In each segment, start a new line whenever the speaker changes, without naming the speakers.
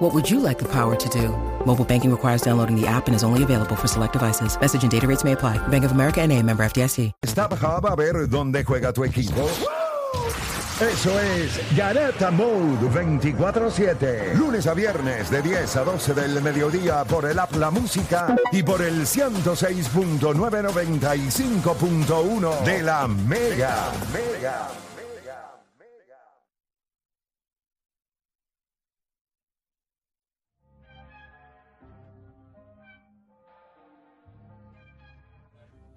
What would you like the power to do? Mobile banking requires downloading the app and is only available for select devices. Message and data rates may apply. Bank of America and a member FDIC.
StubHub a ver dónde juega tu equipo. Eso es Garata Mode 24-7. Lunes a viernes de 10 a 12 del mediodía por el App La Música y por el 106.995.1 de la Mega. Mega.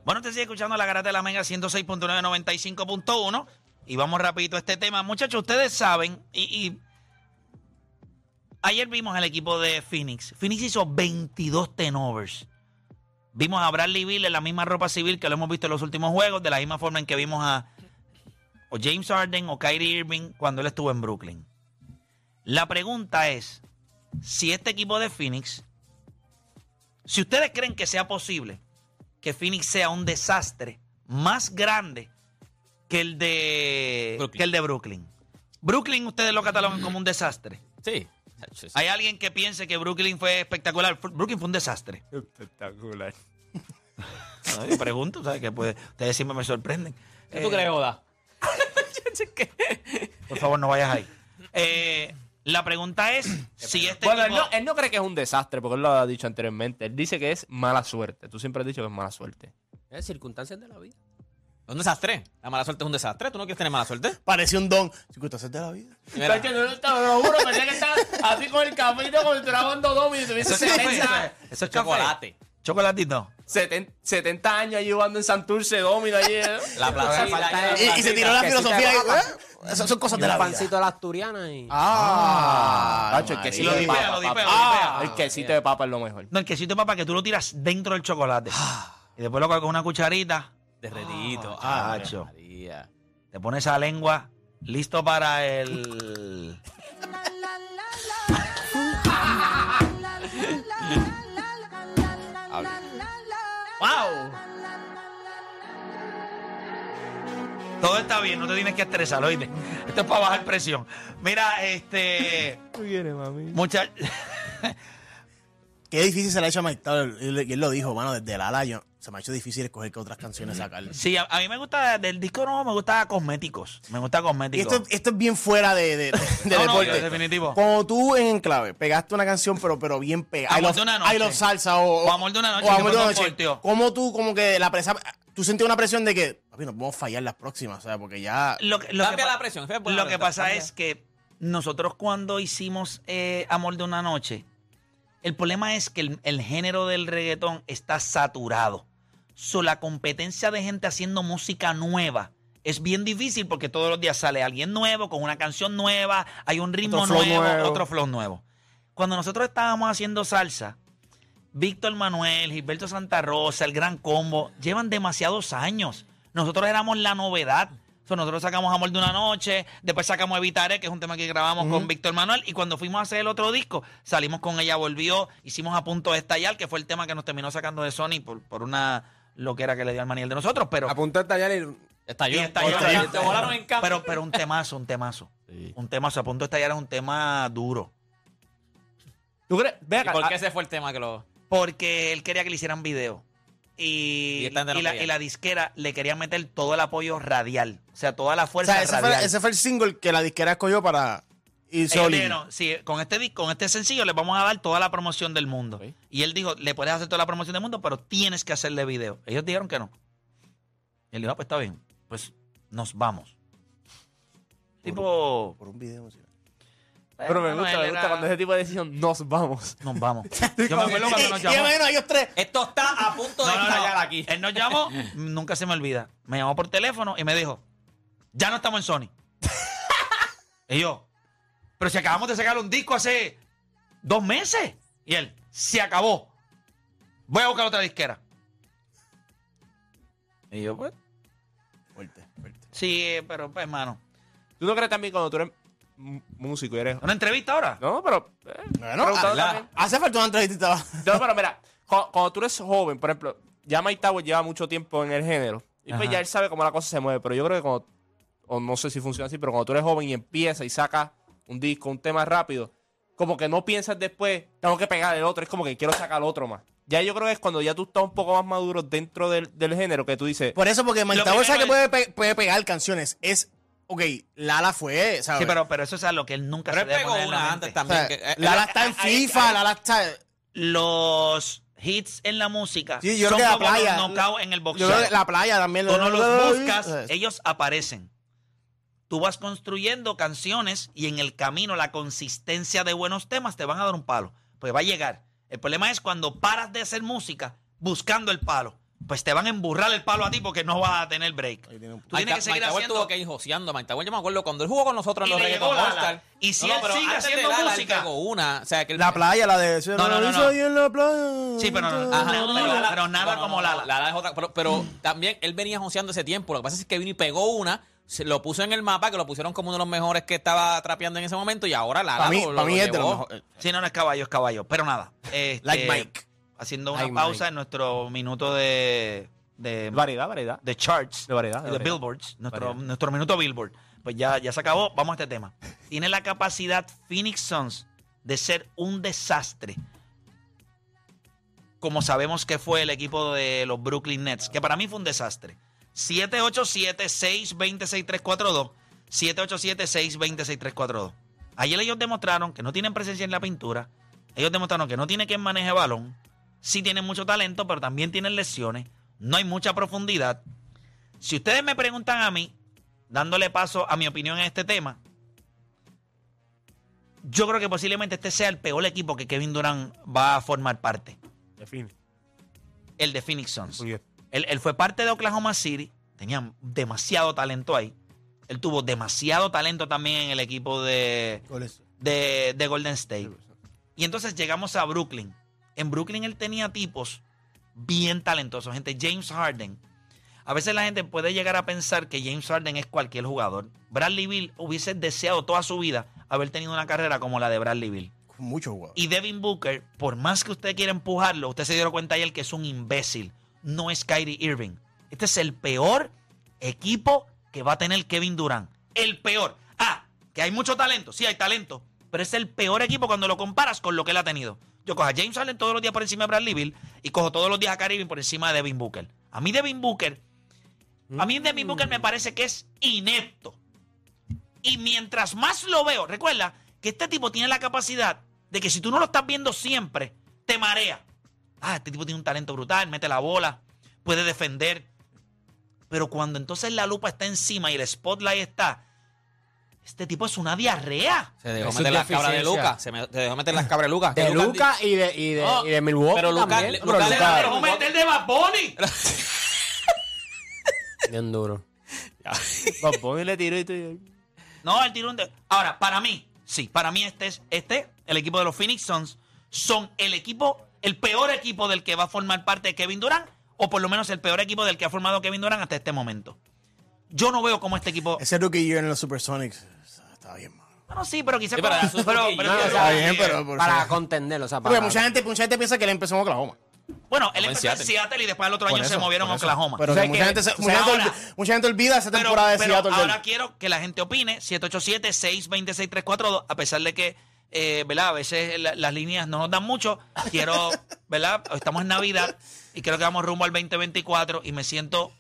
Bueno, te sigue escuchando la garata de la Mega 106.995.1 y vamos rapidito a este tema. Muchachos, ustedes saben, y, y ayer vimos al equipo de Phoenix. Phoenix hizo 22 tenovers. Vimos a Bradley Bill en la misma ropa civil que lo hemos visto en los últimos juegos, de la misma forma en que vimos a o James Harden o Kyrie Irving cuando él estuvo en Brooklyn. La pregunta es, si este equipo de Phoenix, si ustedes creen que sea posible que Phoenix sea un desastre más grande que el de
Brooklyn.
que el de Brooklyn. Brooklyn ustedes lo catalogan como un desastre.
Sí.
Hay alguien que piense que Brooklyn fue espectacular. Fr- Brooklyn fue un desastre.
Espectacular.
No, yo pregunto, ¿sabes? Que puede, ustedes siempre me sorprenden.
¿Qué tú
Eh,
crees, Oda?
Por favor, no vayas ahí. Eh, la pregunta es si este
bueno, él
equipo-
no, eh. él no cree que es un desastre, porque él lo ha dicho anteriormente. Él dice que es mala suerte. Tú siempre has dicho que es mala suerte.
Es circunstancias de la vida.
Es un desastre. La mala suerte es un desastre. ¿Tú no quieres tener mala suerte?
Parece un don. Circunstancias de la vida.
Mira,
Yo no, te lo juro, pensé que estaba así con el café con el trabando domi y tuviese
eso es café,
cerveza.
eso es- eso es chocolate.
Chocolatito.
70, pues, años ahí jugando en Santurce, Domino. Ahí, ¿eh?
La placita.
Ah,
falta
Y,
de-
eh,
y se tiró la
Que sí te
filosofía. y,
guapa.
¿eh? Esas son cosas
Y
de la
un
vida.
pancito a la asturiana y...
Ah, Nacho, el
María.
quesito
Lo
de
dipea,
papa.
lo dipea,
papi.
lo dipea.
Ah, el quesito de papa es lo mejor.
No, el quesito, papá, que tú lo tiras dentro del chocolate. y después lo coges con una cucharita.
Derretidito.
Ah,
Ah,
macho.
María.
Te pones esa lengua listo para el.
¡Wow!
Todo está bien, no te tienes que estresar, oíste. Esto es para bajar presión. Mira, este. Mucha...
Qué difícil se le ha hecho a Mike Tower. Y él, y él lo dijo, mano, desde la ala yo- se me ha hecho difícil escoger qué otras canciones sacarle.
Sí, a, a mí me gusta del disco nuevo, me gusta cosméticos. Me gusta
Y
cosméticos.
esto, esto es bien fuera de, de- de- de
No, no,
deporte.
definitivo.
Como tú en Enclave pegaste una canción, pero, pero bien pegada.
Amor
I love,
de una noche.
I love salsa o,
O Amor de una noche,
o
que fue
Amor de una
con
noche.
Forteo.
Como tú, como que la presa. Tú sentías una presión de que, papi, no podemos fallar las próximas, o sea, porque ya.
Lo, que- lo que,
Cambia
pa-
la presión, fue buena
lo que
pregunta,
pasa
cambia.
es que nosotros cuando hicimos eh, Amor de una noche, el problema es que el, el género del reggaetón está saturado. So, la competencia de gente haciendo música nueva es bien difícil porque todos los días sale alguien nuevo con una canción nueva, hay un ritmo
Otro flow
nuevo,
nuevo.
otro flow nuevo. Cuando nosotros estábamos haciendo salsa, Víctor Manuel, Gilberto Santa Rosa, el Gran Combo, llevan demasiados años. Nosotros éramos la novedad. O sea, nosotros sacamos Amor de una Noche, después sacamos Evitaré, que es un tema que grabamos con Víctor Manuel, y cuando fuimos a hacer el otro disco, salimos con Ella Volvió, hicimos A Punto de Estallar, que fue el tema que nos terminó sacando de Sony por, por una loquera que le dio al maniel de nosotros, pero...
Ah, pues,
Apuntó a tallar el...
Estalló.
Y estalló.
Oye, Te volaron en campo.
Pero, pero un temazo, un temazo. Un temazo, a punto de estallar es un tema duro.
¿Tú crees? Ve
¿Y
acá,
por qué
ah,
ese fue el tema que lo...?
Porque él quería que le hicieran video. Y,
Y esta gente no
y la,
quería.
y la disquera le quería meter todo el apoyo radial. O sea, toda la
o
fuerza
sea, ese
radial.
fue, ese fue el single que la disquera escogió para. Y
Ellos
Soli.
dijeron, sí, con este disco, con este sencillo, les vamos a dar toda la promoción del mundo.
Ok.
Y él dijo, le puedes hacer toda la promoción del mundo, pero tienes que hacerle video. Ellos dijeron que no. Y él dijo, ah, pues está bien. Pues nos vamos. Tipo.
Por un video musical.
ah, Pero me
bueno,
gusta,
él
me gusta
era-
cuando ese tipo de decisión nos vamos.
Nos vamos. Yo me acuerdo cuando nos
Y- y
llamó.
bueno, ellos tres.
Esto está a punto de
No, no, no.
estallar aquí.
Él nos llamó, nunca se me olvida. Me llamó por teléfono y me dijo, ya no estamos en Sony. y yo, pero si acabamos de sacar un disco hace dos meses. Y él, se acabó. Voy a buscar otra disquera. Y yo, pues,
Fuerte, fuerte.
Sí, eh, pero pues, hermano.
¿Tú no crees también cuando tú eres m- músico y eres...
¿Una entrevista ahora?
No, pero... eh,
Bueno,
preguntado
habla.
también.
hace falta una entrevista.
No, pero mira, cu- cuando tú eres joven, por ejemplo, ya Mike Tower lleva mucho tiempo en el género. Y pues
Ajá.
ya él sabe cómo la cosa se mueve. Pero yo creo que cuando, o no sé si funciona así, pero cuando tú eres joven y empiezas y sacas un disco, un tema rápido, como que no piensas después, tengo que pegar el otro, es como que quiero sacar otro más. Ya yo creo que es cuando ya tú estás un poco más maduro dentro del, del género, que tú dices, "Pues,
Por eso, porque
Lo
Mantabor sabe que
primero
puede, pe- puede pegar canciones. Es, ok, Lala fue, ¿sabes?
Sí, pero, pero eso es a lo que él nunca se
Pero él
debe
pegó
poner en la
una
mente.
antes
O sea,
también. que- eh,
Lala está en
ahí-
FIFA,
ahí-
Lala está...
Los hits en la música
Sí, yo
son
creo que la
como
playa-
los knockouts en el
Yo
boxeo.
creo que la playa también.
Tú no los buscas,
¿sabes?
ellos aparecen. Tú vas construyendo canciones y en el camino la consistencia de buenos temas te van a dar un palo. Pues va a llegar. El problema es cuando paras de hacer música buscando el palo. Pues te van a emburrar el palo a ti porque no vas a tener break.
Ahí tiene un-
Tú tienes que seguir
Maitagüez
haciendo...
tuvo que ir joseando a Maitagüez. Yo me acuerdo cuando él jugó con nosotros
Y
en los
le
Reggaeton
llegó Lala.
All-Star.
Y si él
pero
sigue
antes de
haciendo
Lala, él
música-
pegó una. O sea, que él-
La playa, la de...
No, no, no, no.
Ahí en la playa.
Sí, pero no, no,
Ajá,
no,
pero
no,
Lala-
pero nada
no, no,
como
no,
Lala.
Lala es otra. Pero, pero también él venía joseando ese tiempo. Lo que pasa es que vino y pegó una, se lo puso en el mapa, que lo pusieron como uno de los mejores que estaba trapeando en ese momento. Y ahora Lala.
Para mí,
lo- lo-
para mí
lo
es de los
llevó.
mejores.
Sí, no, no es caballo, es caballo. Pero nada. este,
Like Mike.
Haciendo una
Like
pausa
Mike.
en nuestro minuto de, de,
variedad, variedad.
de charts.
De variedad.
y de
variedad.
Billboards, nuestro,
Variedad.
nuestro minuto Billboard. Pues ya, ya se acabó, vamos a este tema. Tiene la capacidad Phoenix Suns de ser un desastre. Como sabemos que fue el equipo de los Brooklyn Nets, que para mí fue un desastre. 787-620-6342. 787-620-6342. Ayer ellos demostraron que no tienen presencia en la pintura. Ellos demostraron que no tienen quien maneje balón. Sí tienen mucho talento, pero también tienen lesiones. No hay mucha profundidad. Si ustedes me preguntan a mí, dándole paso a mi opinión en este tema, yo creo que posiblemente este sea el peor equipo que Kevin Durant va a formar parte,
Define.
el de Phoenix Suns.
Muy bien.
Él, él fue parte de Oklahoma City, tenían demasiado talento ahí. Él tuvo demasiado talento también en el equipo de, de, de Golden State. Y entonces llegamos a Brooklyn. En Brooklyn él tenía tipos bien talentosos, gente. James Harden. A veces la gente puede llegar a pensar que James Harden es cualquier jugador. Bradley Bill hubiese deseado toda su vida haber tenido una carrera como la de Bradley Bill.
Con Muchos jugadores.
Y Devin Booker, por más que usted quiera empujarlo, usted se dio cuenta ayer que es un imbécil. No es Kyrie Irving. Este es el peor equipo que va a tener Kevin Durant. El peor. Ah, que hay mucho talento. Sí, hay talento. Pero es el peor equipo cuando lo comparas con lo que él ha tenido. Yo cojo a James Allen todos los días por encima de Bradley Bill y cojo todos los días a Kyrie Irving por encima de Devin Booker. A mí Devin Booker, a mí Devin Booker me parece que es inepto. Y mientras más lo veo, recuerda que este tipo tiene la capacidad de que si tú no lo estás viendo siempre, te marea. Ah, este tipo tiene un talento brutal, mete la bola, puede defender. Pero cuando entonces la lupa está encima y el spotlight está, este tipo es una diarrea.
Se dejó
Eso
meter
es
las cabras de
deficiencia.
Luca. Se, me- se dejó meter las cabras de Luca.
De
Que Luca-
Luca y de, y de,
No,
y de Milwaukee.
pero Luca-
también.
Luca
Pero
le-
Se la
Luca-
dejó meter de Bad Bunny.
Bien duro.
Bob Bunny le tiró y tú...
No, el tirón de. Ahora, para mí, sí, para mí este es este, el equipo de los Phoenix Suns, son el equipo, el peor equipo del que va a formar parte Kevin Durant, o por lo menos el peor equipo del que ha formado Kevin Durant hasta este momento. Yo no veo cómo este equipo.
Ese rookie year en los Supersonics estaba bien mal.
Bueno, sí, pero quizás.
Sí, pero era su rookie year.
yo creo
Está bien,
que-
Ah,
eh,
pero por
Para
favor.
contenderlo, o sea,
Porque
para...
mucha gente, mucha gente piensa que él empezó en Oklahoma.
Bueno, él
en
empezó en
Seattle.
Seattle y después el otro año
Por
se
eso,
movieron a
por eso.
Oklahoma.
Pero
O sea
que mucha,
que-
gente se,
o sea,
mucha, gente
ahora-
olvi- mucha gente olvida esa
Pero-
temporada de
pero
Seattle.
Ahora
del-
quiero que la gente opine. 787-626-342. A pesar de que, eh, ¿verdad? A veces la- las líneas no nos dan mucho. Quiero, ¿verdad? Estamos en Navidad y creo que vamos rumbo al 2024 y me siento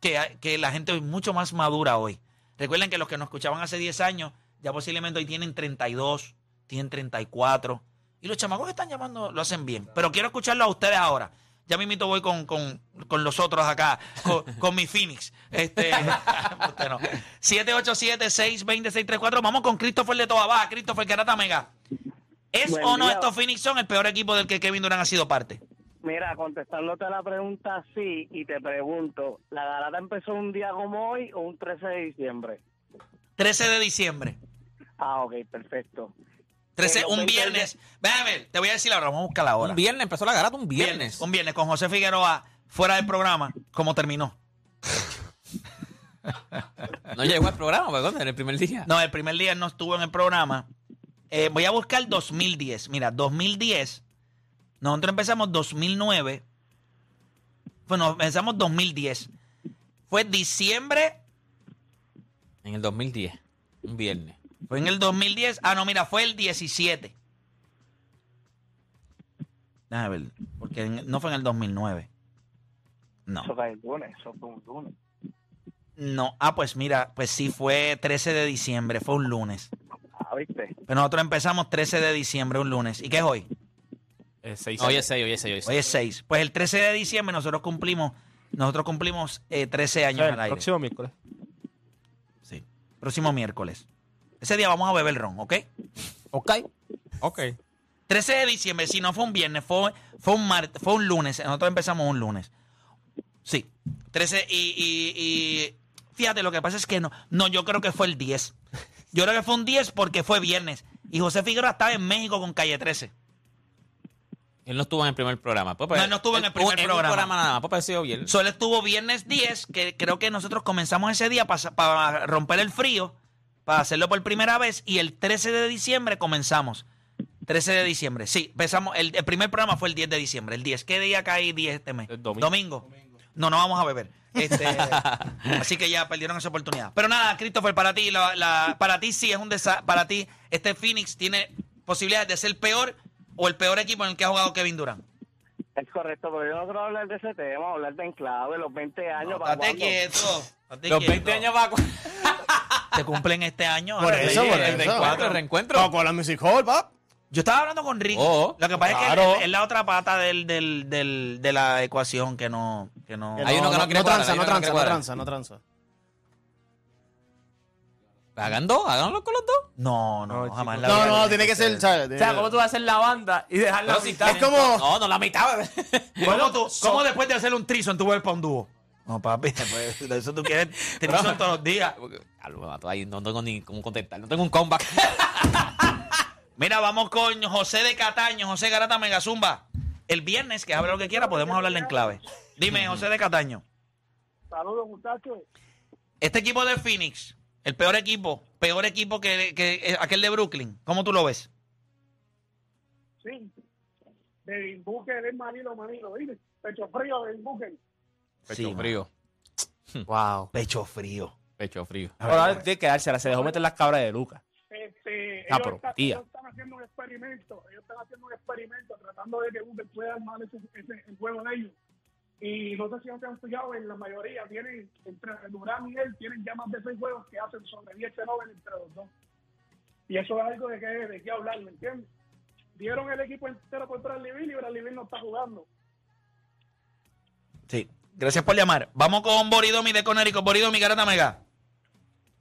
que, hay- que la gente es mucho más madura hoy. Recuerden que los que nos escuchaban hace 10 años, ya posiblemente hoy tienen 32, tienen 34. Y los chamacos que están llamando lo hacen bien. Pero quiero escucharlo a ustedes ahora. Ya mismito voy con, con, con los otros acá, con, con mi Phoenix. Este, usted no. 787-620-634. Vamos con Christopher de Toa Baja. Christopher Garata Mega. ¿Es
Buen
o no
día.
estos Phoenix son el peor equipo del que Kevin Durant ha sido parte?
Mira, contestándote la pregunta sí y te pregunto, ¿la garata empezó un día como hoy o un 13 de diciembre?
13 de diciembre.
Ah, ok, perfecto.
13,
Pero
un
veinte de-
viernes. Véame, te voy a decir ahora, vamos a buscar la hora.
Un viernes empezó la garata, un viernes.
Un viernes con José Figueroa fuera del programa, como terminó.
No llegó al programa, perdón, en el primer día.
No, el primer día no estuvo en el programa. Eh, voy a buscar 2010. Mira, 2010. Nosotros empezamos 2009. Bueno, empezamos 2010. Fue diciembre,
En el 2010, un viernes.
fue en el 2010. Ah, no, mira, fue el 17. Déjame ver, porque en- no fue en el 2009. No.
Eso fue el lunes, eso fue un lunes.
No, ah, pues mira, pues sí, fue 13 de diciembre, fue un lunes.
Ah, ¿viste?
Pero nosotros empezamos 13 de diciembre, un lunes. ¿Y qué es hoy?
Eh, seis,
Hoy es 6, hoy es 6, hoy es
Hoy
6.
es 6. Pues el 13 de diciembre nosotros cumplimos, nosotros cumplimos eh, 13 años
¿sabes?
al aire.
Próximo miércoles.
Sí. Próximo miércoles. Ese día vamos a beber ron, ¿ok?
Ok. Ok.
13 de diciembre, si no fue un viernes, fue, fue un martes, fue un lunes. Nosotros empezamos un lunes. Sí. 13 y, y- y- fíjate, lo que pasa es que no, no, yo creo que fue el 10. Yo creo que fue un 10 porque fue viernes. Y José Figueroa estaba en México con Calle 13.
Él no estuvo en el primer programa. Pues, pues,
No, él no estuvo en el
un-
primer
un
programa.
programa nada más, pues, pues, sí, hoy el-
Solo estuvo viernes 10, que creo que nosotros comenzamos ese día para romper el frío, para hacerlo por primera vez, y el 13 de diciembre comenzamos. 13 de diciembre, sí, empezamos, el, el primer programa fue el 10 de diciembre, el 10. ¿Qué día cae 10 este mes?
El domingo.
No, no vamos a beber. Este, así que ya perdieron esa oportunidad. Pero nada, Christopher, para ti, la- la- para ti sí es un desastre. Para ti, este Phoenix tiene posibilidades de ser peor o el peor equipo en el que ha jugado Kevin Durant.
Es correcto, pero yo no quiero hablar de ese tema, vamos a hablar de enclave, los 20 años. ¿para
Estate
cuándo?
quieto. estate
Los
quieto.
20 años va a...
se cumplen este año.
Por
ahora
eso,
sí,
por
el
eso.
34.
el reencuentro.
Coca-Cola Music Hall, pap.
Yo estaba hablando con Ricky.
Oh,
Lo que pasa es
claro.
que es- es la otra pata del, del, del, de la ecuación que no. Que no.
Hay uno que no quiere
no
cuadrar,
tranza,
hay
no
uno que no quiere
tranza, no
cuadrar.
tranza, no tranza.
Hagan dos, háganlo con los dos.
No, no,
No,
jamás.
chico.
la
No,
vida
no,
de-
tiene que ser, ¿sabes?
O sea, Ah, ¿cómo tú vas a hacer la banda y dejar la mitad?
es como-
No, no, la mitad, bebé.
¿Cómo, tú- cómo después de hacer un trison tú vuelves para un dúo? No, papi, pues, de eso tú quieres trison todos los días.
Ya lo mato ahí, no tengo ni cómo contestar. No tengo un comeback.
Mira, vamos con José de Cataño, José Garata Megazumba. El viernes, que hable lo que quiera, podemos hablarle en clave. Dime, José de Cataño.
Saludos, muchachos.
Este equipo de Phoenix, el peor equipo, peor equipo que, que aquel de Brooklyn, ¿cómo tú lo ves?
Sí. Devin Booker es Manilo, Manilo, dime. Pecho frío, Devin Booker.
Pecho frío.
Wow.
Pecho frío.
Pecho frío.
Ahora tiene que dársela, se dejó meter las cabras de Lucas.
Este,
Ah,
ellos,
pero,
están,
tía.
ellos están haciendo un experimento, ellos están haciendo un experimento tratando de que Booker pueda armar ese, ese- el juego de ellos. Y no sé si no se han fijado, en la mayoría tienen, entre Durán y él, tienen ya más de seis juegos que hacen sobre 10 noven entre los dos. Y eso es algo de que, de que hablar, ¿me entiendes? Dieron el equipo entero por Bradley Bill y Bradley Bill no está jugando.
Sí. Gracias por llamar. Vamos con Boridomi de Conérico. Boridomi, Garata Mega.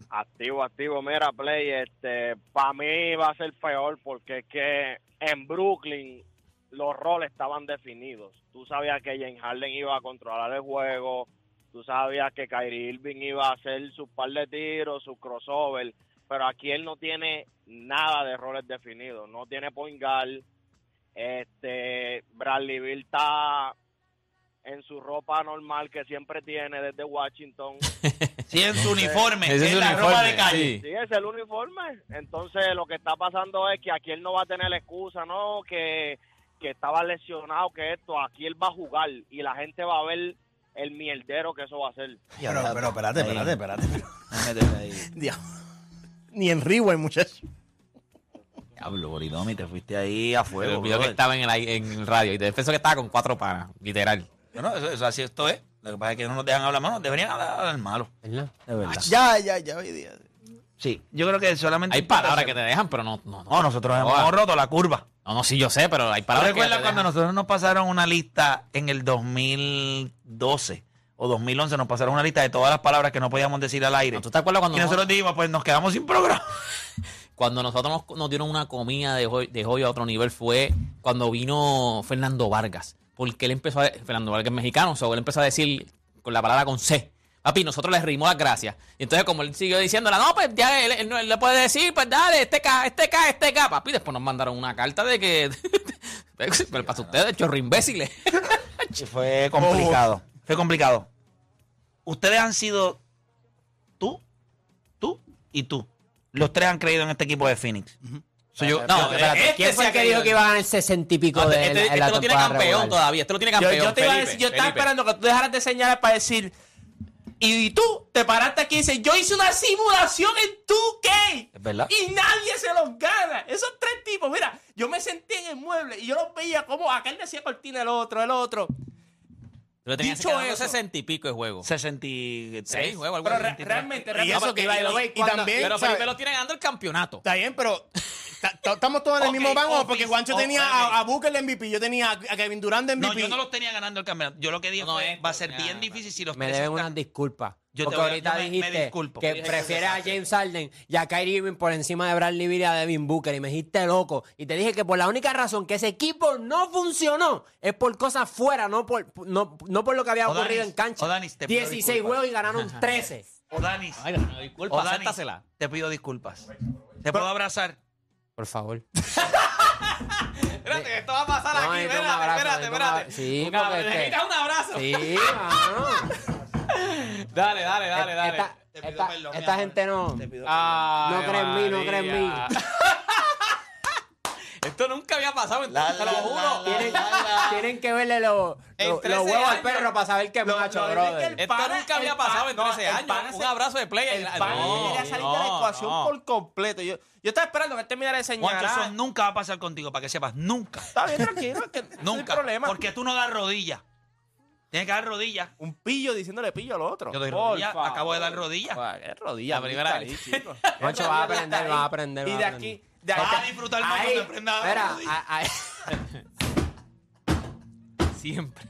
Activo, activo. Mira, Play, este, para mí va a ser peor porque es que en Brooklyn los roles estaban definidos. Tú sabías que James Harden iba a controlar el juego, tú sabías que Kyrie Irving iba a hacer sus par de tiros, sus crossover, pero aquí él no tiene nada de roles definidos. No tiene point guard, este, Bradley Bill está en su ropa normal que siempre tiene desde Washington.
Sí, en su uniforme.
Ese es
en
el
la ropa
uniforme,
de calle.
Sí, es el uniforme. Entonces, lo que está pasando es que aquí él no va a tener excusa, ¿no? Que, que estaba lesionado, que esto. Aquí él va a jugar y la gente va a ver el mierdero que eso va a ser.
Pero, pero, espérate, espérate, espérate.
Métete ahí.
Diablo. Ni en Rewind, muchachos.
Diablo, Boridomi, te fuiste ahí a
Me
fuego.
olvidó que
brother.
estaba en el, ai- en el radio y te pensó que estaba con cuatro panas, literal.
Bueno, eso, eso así esto es. Lo que pasa es que no nos dejan hablar malo. Deberían hablar, hablar malo.
¿Verdad?
De verdad.
Ya, ya, ya, hoy día.
Sí. Yo creo que solamente.
Hay palabras que te dejan, pero no, no, no.
No, ah. nosotros hemos
Ahora.
roto la curva.
No, no, sí, yo sé, pero hay
¿Tú
palabras que
recuerdas
te
cuando
dejan.
nosotros nos pasaron una lista en el 2012 o 2011? Nos pasaron una lista de todas las palabras que no podíamos decir al aire.
No, ¿Tú te acuerdas cuando
y nosotros dijimos, pues nos quedamos sin programa.
Cuando nosotros nos, nos dieron una comida de hoy, de joya a otro nivel fue cuando vino Fernando Vargas. Porque él empezó a. Fernando Vargas es mexicano, o sea, él empezó a decir con la palabra con C. Papi, nosotros le rimos las gracias. Y entonces, como él siguió diciéndola, no, pues ya él, él no- él le puede decir, pues dale, este K, este K, este K. Papi, después nos mandaron una carta de que. pero para ustedes, chorro imbéciles.
Y fue complicado. Fue complicado. Ustedes han sido tú, tú y tú. Los tres han creído en este equipo de Phoenix. So, yo-
No,
yo-
espérate,
este
¿quién fue el que dijo que iban a ganar 60 y pico
No,
de
este-
en la-
este
en la
lo tiene
temporada
campeón
regular?
todavía, este lo tiene
Yo-
campeón.
Yo, te iba a
Felipe,
decir, yo estaba
Felipe.
esperando que tú dejaras de señalar para decir. Y tú te paraste aquí y dices, yo hice una simulación en 2K.
Es verdad.
Y nadie se los gana. Esos tres tipos, mira, yo me senté en el mueble y yo los veía como aquel decía cortina, el otro, el otro.
Tú le tenías
Dicho
ganando
eso-
60 y pico de juego.
66
Seis juegos, algo
Pero
así.
re- realmente, realmente.
Y eso que-
by the way,
y
cuando-
también,
Pero
¿sabes?
Felipe lo tiene ganando el campeonato.
Está bien, pero ta- ta- estamos todos en el
Ok,
mismo banco porque
office,
Juancho
oh,
tenía
ok.
a, a Booker de MVP, yo tenía a a Kevin Durant de
No,
MVP.
yo no los tenía ganando el campeonato. Yo lo que dije
No, no,
fue,
esto,
va a ser
ya,
bien
ya.
difícil si los
Me
tres
deben
están-
unas disculpas.
Yo te
porque
voy a-
ahorita
yo me- me
dijiste
disculpo.
que
Dije que
prefieres a
desastre.
James Harden y a Kyrie Irving por encima de Bradley Beal y a Devin Booker. Y me dijiste loco. Y te dije que por la única razón que ese equipo no funcionó es por cosas fuera, no por, no, no por lo que había
Odanis,
ocurrido en cancha.
Odanis, oh, te pido
16
disculpas.
juegos y ganaron 13.
Odanis,
Ay, no, disculpa,
Odanis,
acéptasela.
te pido disculpas. ¿Te puedo abrazar?
Por favor.
Espérate, que esto va a pasar
No, necesito un abrazo, necesito un abra- Sí,
Un abra-
porque es que-
necesitas un abrazo.
Sí, mano.
Dale, dale, dale, dale.
Esta,
Te pido
esta-
perdón, mi
esta
amor.
gente no.
Te pido
Ay,
No creen en mí, no
María.
creen en mí.
Esto nunca había pasado, en te lo juro.
Tienen, tienen que verle los
En
los- los
13
huevos al
años.
perro para saber qué es macho, brother.
Esto nunca había pasado en 13 años. un abrazo de play.
El pan quería salir de la ecuación por completo. Yo, yo estaba esperando que él terminara de señalar.
Juancho, eso nunca va a pasar contigo, para que sepas. Nunca.
Está bien, tranquilo, que no hay
Nunca.
problema.
Porque tú no das rodilla. Tienes que dar rodilla.
un pillo diciéndole pillo al otro.
Yo doy
Por
rodilla,
favor.
acabo de dar rodilla.
Guau, qué rodilla.
La primera
maldita
vez.
ahí, chico.
Juancho,
Qué
vas a
rodilla
aprender,
está
vas a
ahí.
aprender,
Y
vas
de
a
aquí, de aquí.
Vas a disfrutar más
Ahí, ah,
cuando aprendas a dar
espera,
rodilla.
a- a-
Siempre.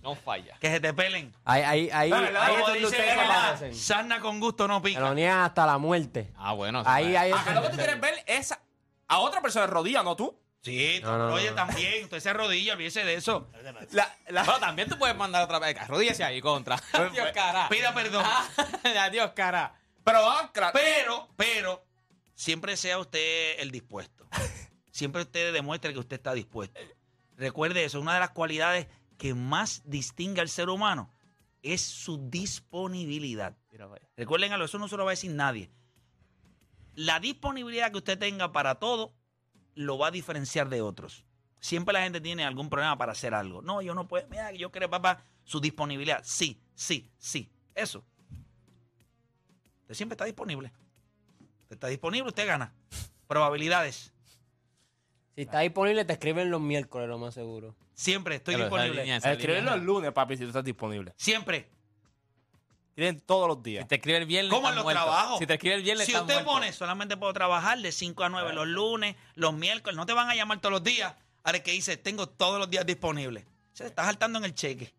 No falla.
Que se te pelen.
Ahí, ahí, ahí,
Dale, dale,
ahí es
Como
donde
dice
ustedes
Vela,
aparecen.
sarna con gusto no
Se
pica.
lo niegan hasta la muerte.
Ah, bueno. eso
Ahí,
está-
ahí es
Acá lo que tú
donde-
quieres ver es a- a otra persona de rodilla, no tú.
Sí,
No, no,
oye,
no.
también. Usted se arrodilla, olvídese de eso.
La, la-
Pero también tú puedes mandar otra vez. Rodillas ahí contra. Adiós, cara.
Pida perdón.
Adiós, cara.
pero ah, claro.
Pero, pero, siempre sea usted el dispuesto. Siempre usted demuestre que usted está dispuesto. Recuerde eso, una de las cualidades que más distingue al ser humano es su disponibilidad. Recuerden algo, eso no se lo va a decir nadie. La disponibilidad que usted tenga para todo lo va a diferenciar de otros. Siempre la gente tiene algún problema para hacer algo. No, yo no puedo. Mira, yo creo, papá, su disponibilidad. Sí, sí, sí. Eso. Usted siempre está disponible. Usted está disponible, usted gana. Probabilidades.
Si está disponible, te escriben los miércoles, lo más seguro.
Siempre estoy
Pero esa línea,
disponible.
esa
Eh, Escríbelo
línea.
el lunes, papi, si tú estás disponible.
Siempre.
Escriben todos los
Si
días.
te escribe el viernes.
¿Cómo en
estás
los
muerto.
trabajos?
Si te escribe el viernes,
Si
estás
usted
muerto. Ah.
pone, solamente puedo trabajar de 5 a 9 los lunes, los miércoles, no te van a llamar todos los días. Ahora el que dice, tengo todos los días disponibles. Se está saltando en el cheque.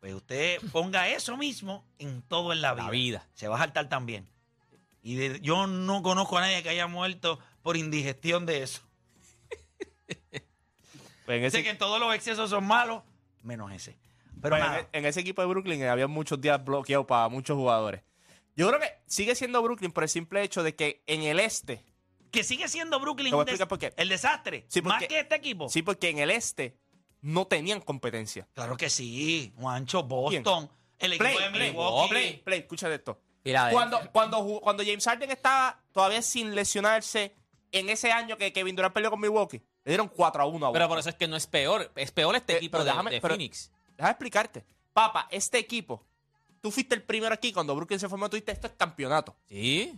Pues usted ponga eso mismo en todo en la vida.
La vida.
Se va a saltar también. Y de- yo no conozco a nadie que haya muerto por indigestión de eso.
Pues en,
Sé
ese,
que todos los excesos son malos, menos ese. Pero
pues en
nada,
e- en ese equipo de Brooklyn había muchos días bloqueados para muchos jugadores. Yo creo que sigue siendo Brooklyn por el simple hecho de que en el este,
que sigue siendo Brooklyn
Te voy a
un des-
explicar por qué.
el desastre.
Sí,
más
porque-
que este equipo.
Oh.
sí, porque en el este no tenían competencia.
Claro que sí. Juancho, Boston, el equipo de Milwaukee.
play, play, escucha esto.
Mira,
Cuando, cuando, ju- cuando James Harden estaba todavía sin lesionarse en ese año que Kevin Durant peleó con Milwaukee, le dieron 4 a 1 a
Pero
uno.
por eso es que no es peor. Es peor este
Eh,
equipo
pero
de,
déjame-
de
pero-
Phoenix.
Déjame explicarte. Papa, este equipo, tú fuiste el primero aquí cuando Brooklyn se formó, tú dijiste, esto es campeonato.
Sí.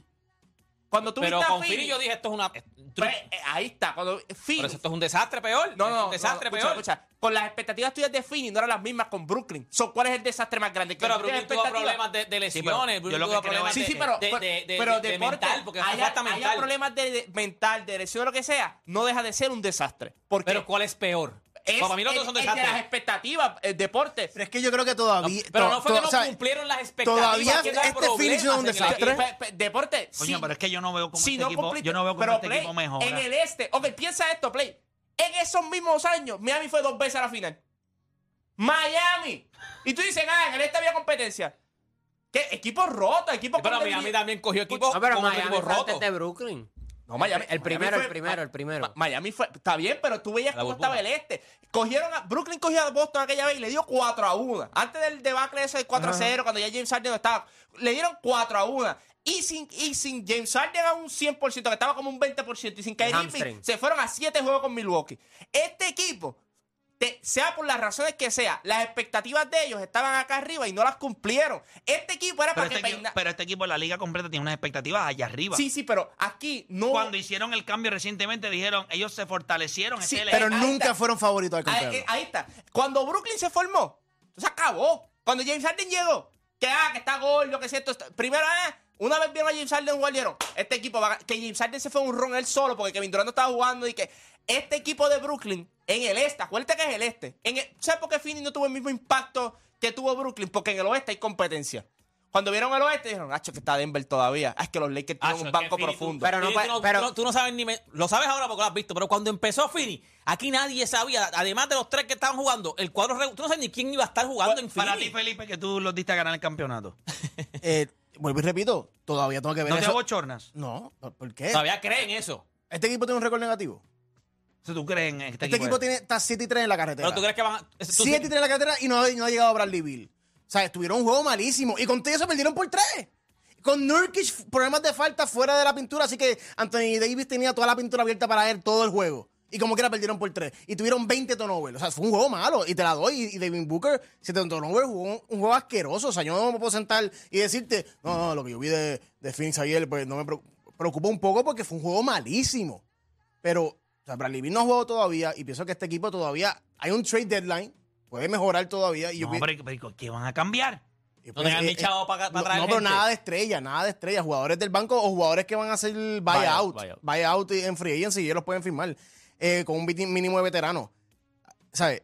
Cuando tú
Pero
viste a
con
Phoenix-
Philly yo dije, esto es una.
Pues, eh, ahí está. Cuando
Pero
Phoenix.
esto es un desastre peor.
No,
Es
no,
un
no, no,
desastre
escucha,
peor.
escucha. Con las expectativas tuyas de Phoenix no eran las mismas con Brooklyn. So, ¿Cuál es el desastre más grande? Que
Pero
tú tienes
Brooklyn tuvo
expectativas-
problemas de, de
Sí,
lesiones,
pero yo
Brooklyn
lo que
tuvo
creo
problemas
es-
Sí,
de,
sí, pero,
de,
pero-
de- de-
pero
de
deporte,
mental, porque hace
haya-
falta
haya
mental.
problemas de, de mental, de lesión, lo que sea, no deja de ser un desastre. Porque
Pero ¿cuál es peor?
es
para mí los dos son
el- el de las
desastres.
expectativas, el deporte.
Pero es que yo creo que todavía.
pero
to-
no fue
to-
que no
o sea,
cumplieron las expectativas.
todavía
que eran
este
problemas
Phoenix es un
en el
desastre.
equipo.
Pe- pe- Deporte,
Coño,
sí.
pero es que yo no veo cómo
Si
este
no
equipo,
cumpliste-
yo no veo cómo
pero,
este
Play,
equipo mejora.
En el este, ok, piensa esto, Play. En esos mismos años, Miami fue dos veces a la final. Miami. Y tú dices, ah, en el este había competencia. ¿Qué? Equipo roto, equipo
Pero
con
Miami
debilidad.
también cogió equipos
no, pero
con
Miami
equipos
fue antes
rotos.
de Brooklyn.
No, Miami.
El primero,
Miami
el primero, el primero.
Ma- Miami fue. Está bien, pero tú veías
La
cómo
burbuja.
estaba el este. Cogieron a, Brooklyn cogió a Boston aquella vez y le dio 4 a 1. Antes del debacle ese de 4 a 0, cuando ya James Harden no estaba, le dieron 4 a 1. Y sin, y sin James Harden a un 100%, que estaba como un 20%, y sin Kyrie Irving,
hamstring.
se fueron a 7 juegos con Milwaukee. Este equipo te- sea por las razones que sea, las expectativas de ellos estaban acá arriba y no las cumplieron. Este equipo era
Pero
para
este,
que
equipo,
peina-
pero este equipo, la liga completa, tiene unas expectativas allá arriba.
Sí, sí, pero aquí no.
Cuando hicieron el cambio recientemente, dijeron, ellos se fortalecieron. este
Sí,
es el
Pero
ahí
nunca
está.
fueron favoritos al
ahí,
campeonato.
eh, ahí está. Cuando Brooklyn se formó, se acabó. Cuando James Harden llegó, que ah, que está gordo, que es esto. esto. Primero, ah, una vez vieron a James Harden jugar, dijeron, este equipo va a gan- Que James Harden se fue a un ron él solo porque Kevin Durant no estaba jugando y que este equipo de Brooklyn en el este, acuérdate que es el este. En el- ¿Sabes por qué Phoenix no tuvo el mismo impacto que tuvo Brooklyn? Porque en el oeste hay competencia. Cuando vieron el oeste, dijeron, acho, que está Denver todavía. Ah, es que los Lakers tienen
Acho,
un
es
banco
que Phoenix-
profundo.
Pero no
Phoenix,
pa-
tú, no,
pero-
tú no- tú no sabes ni. me- lo sabes ahora porque lo has visto, pero cuando empezó Fini, aquí nadie sabía, además de los tres que estaban jugando, el cuadro. regu- Tú no sabes ni quién iba a estar jugando en
Para
Phoenix.
ti, Felipe, que tú los diste a ganar el campeonato.
Eh, vuelvo y repito, todavía tengo que ver
¿No te
eso.
abochornas?
No, ¿por- ¿por qué?
Todavía creen eso.
Este equipo tiene un récord negativo.
é
Si tú crees en
né,
este,
tá
Este, equipo tiene, está 7 y 3 en la carretera.
Pero tú crees que van a. tú-
7 y 3 en este la carretera y no, ha- no ha llegado a Bradley Bill. O sea, estuvieron un juego malísimo. Y con Tello se perdieron por 3. Con Nurkic, problemas de falta fuera de la pintura. Así que Anthony Davis tenía toda la pintura abierta para él todo el juego. Y como quiera perdieron por 3. Y tuvieron 20 turnovers. O sea, fue un juego malo. Y te la doy. Y, y Devin Booker, 7 turnovers, jugó un, un juego asqueroso. O sea, yo no me puedo sentar y decirte, no, no, lo que yo vi de, de Phoenix ayer, pues no me preocu- preocupó un poco porque fue un juego malísimo. Pero o sea, Bradley Beal no ha jugado todavía y pienso que este equipo todavía hay un trade deadline, puede mejorar todavía. Y yo
No,
pi-
pero, pero ¿qué van a cambiar?
y
No
pues,
tengan
eh,
ni
eh,
chavo para
no,
traer.
no, pero
gente.
nada de estrella, nada de estrella. Jugadores del banco o jugadores que van a hacer buyout,
Buyout, buyout.
buyout y- en free agency, ellos los pueden firmar eh, con un viti- mínimo de veterano. ¿Sabes?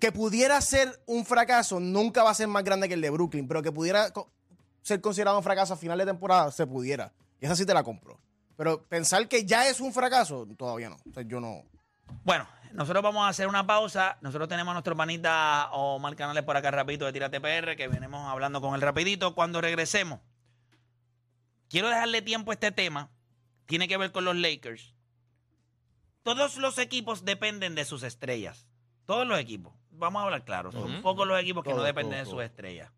Que pudiera ser un fracaso, nunca va a ser más grande que el de Brooklyn, pero que pudiera co- ser considerado un fracaso a final de temporada, se pudiera. Y esa sí te la compro. Pero pensar que ya es un fracaso, todavía no. O sea, yo no.
Bueno, nosotros vamos a hacer una pausa. Nosotros tenemos a nuestro panita Omar Canales por acá rapidito de Tírate PR, que venimos hablando con él rapidito. Cuando regresemos, quiero dejarle tiempo a este tema. Tiene que ver con los Lakers. Todos los equipos dependen de sus estrellas. Todos los equipos. Vamos a hablar claro. Son
Ujú.
pocos los equipos que no
Todo,
dependen de
todo, todo.
sus estrellas.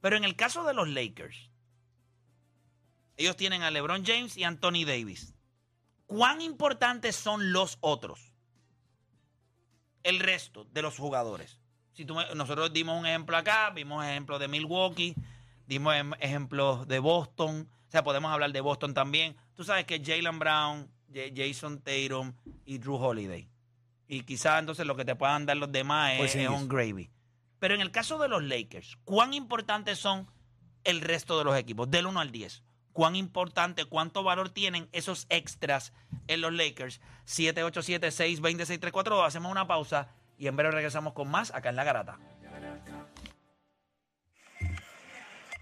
Pero en el caso de los Lakers, ellos tienen a LeBron James y Anthony Davis. ¿Cuán importantes son los otros? El resto de los jugadores. Si tú me- nosotros dimos un ejemplo acá, vimos ejemplos de Milwaukee, dimos em- ejemplos de Boston. O sea, podemos hablar de Boston también. Tú sabes que Jalen Brown, J- Jason Tatum y Drew Holiday. Y quizás entonces lo que te puedan dar los demás es, es un gravy. Pero en el caso de los Lakers, ¿cuán importantes son el resto de los equipos? Del 1 al 10. ¿Cuán importante, cuánto valor tienen esos extras en los Lakers? 787 620 6342 Hacemos una pausa y en breve regresamos con más acá en La Garata.